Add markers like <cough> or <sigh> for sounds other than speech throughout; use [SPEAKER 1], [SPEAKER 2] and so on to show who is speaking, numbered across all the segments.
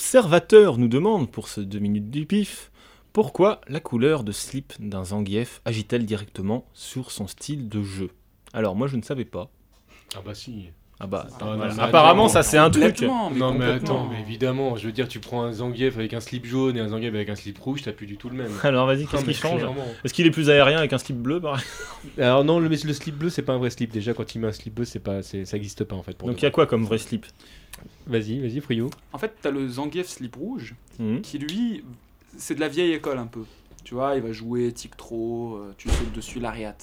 [SPEAKER 1] L'observateur nous demande, pour ce 2 minutes du pif, pourquoi la couleur de slip d'un Zangief agit-elle directement sur son style de jeu Alors moi je ne savais pas.
[SPEAKER 2] Ah bah si.
[SPEAKER 1] Ah bah,
[SPEAKER 2] Ah, non,
[SPEAKER 1] voilà.
[SPEAKER 2] mais
[SPEAKER 1] apparemment
[SPEAKER 2] attends,
[SPEAKER 1] ça c'est un truc.
[SPEAKER 3] Complètement, mais
[SPEAKER 2] non mais
[SPEAKER 3] complètement.
[SPEAKER 2] attends, mais évidemment, je veux dire, tu prends un Zangief avec un slip jaune et un Zangief avec un slip rouge, t'as plus du tout le
[SPEAKER 4] <laughs>
[SPEAKER 2] même.
[SPEAKER 1] Alors vas-y,
[SPEAKER 2] Non,
[SPEAKER 1] qu'est-ce
[SPEAKER 2] mais
[SPEAKER 1] qui change
[SPEAKER 2] clairement.
[SPEAKER 1] Est-ce qu'il est plus aérien avec un slip bleu par exemple
[SPEAKER 2] Alors non, le, mais le slip bleu, c'est pas un vrai slip. Déjà, quand il met un slip bleu, c'est pas, c'est- ça existe pas en fait. Pour
[SPEAKER 1] Donc il
[SPEAKER 2] de
[SPEAKER 1] y a quoi comme vrai slip
[SPEAKER 2] vrai. Vas-y, vas-y, Frio.
[SPEAKER 3] En fait, t'as le Zangief slip rouge
[SPEAKER 1] Mhm.
[SPEAKER 3] qui, lui, c'est de la vieille école un peu. Tu vois, il va jouer tic trop, euh, tu sautes dessus l'ariat.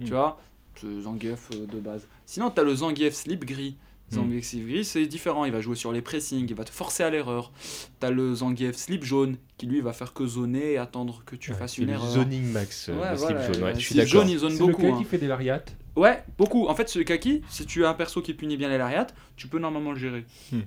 [SPEAKER 1] Mm.
[SPEAKER 3] Tu vois, ce Zangief euh, de base. Sinon, t'as le Zangief slip gris.
[SPEAKER 1] Mm.
[SPEAKER 3] Zangief slip gris, c'est différent. Il va jouer sur les pressings, il va te forcer à l'erreur. T'as le Zangief slip jaune qui, lui, va faire que zoner et attendre que tu fasses une
[SPEAKER 2] le
[SPEAKER 3] erreur.
[SPEAKER 2] zoning max, euh,
[SPEAKER 3] Ouais,
[SPEAKER 2] le slip
[SPEAKER 3] voilà,
[SPEAKER 2] jaune. Ouais,
[SPEAKER 3] le
[SPEAKER 2] je suis
[SPEAKER 3] slip
[SPEAKER 2] d'accord.
[SPEAKER 3] jaune, il zone
[SPEAKER 4] C'est
[SPEAKER 3] beaucoup.
[SPEAKER 4] lequel
[SPEAKER 3] hein.
[SPEAKER 4] qui fait des lariats
[SPEAKER 3] Ouais, beaucoup. En fait, ce kaki, si tu as un perso qui punit bien les lariats, tu peux normalement le gérer.
[SPEAKER 1] Hmm.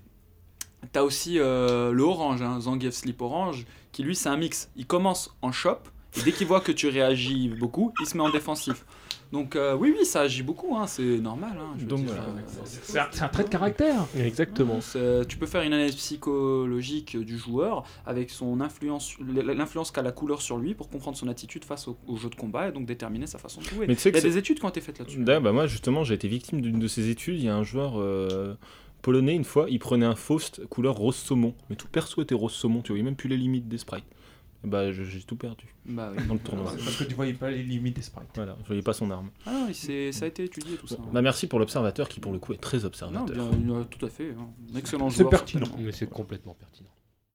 [SPEAKER 3] T'as aussi euh, le orange, hein, Zangief Slip Orange, qui lui, c'est un mix. Il commence en shop, et dès qu'il voit que tu réagis beaucoup, il se met en défensif. Donc, euh, oui, oui, ça agit beaucoup, hein, c'est normal. hein, je veux
[SPEAKER 1] Donc,
[SPEAKER 3] dire,
[SPEAKER 1] voilà.
[SPEAKER 3] euh,
[SPEAKER 4] C'est un, c'est un trait de caractère.
[SPEAKER 2] Exactement.
[SPEAKER 3] c'est- euh, Tu peux faire une analyse psychologique du joueur avec son influence, l'influence qu'a la couleur sur lui pour comprendre son attitude face au, au jeu de combat et donc déterminer sa façon de jouer.
[SPEAKER 1] Mais tu sais
[SPEAKER 3] Il y
[SPEAKER 1] que
[SPEAKER 3] a des études qui ont été faites là-dessus.
[SPEAKER 1] D'ailleurs, bah, moi justement, j'ai été victime d'une de ces études. Il y a un joueur euh, polonais, une fois, il prenait un Faust couleur rose saumon. Mais tout perso était rose saumon, tu voyais même plus les limites des sprites. Et Bah, je- j'ai tout perdu
[SPEAKER 3] Bah oui.
[SPEAKER 1] dans le
[SPEAKER 3] <laughs>
[SPEAKER 1] tournoi.
[SPEAKER 4] Parce que tu voyais pas les limites des sprites.
[SPEAKER 1] Voilà, je voyais pas son arme.
[SPEAKER 3] Ah non, il s'est- ça a été étudié tout ça. hein.
[SPEAKER 1] Bah, merci pour l'observateur qui, pour le coup, est très
[SPEAKER 3] Non,
[SPEAKER 1] observateur.
[SPEAKER 3] bien, euh, tout à fait. hein. Un excellent
[SPEAKER 4] C'est
[SPEAKER 3] joueur.
[SPEAKER 4] pertinent.
[SPEAKER 3] certainement.
[SPEAKER 2] Mais c'est complètement pertinent.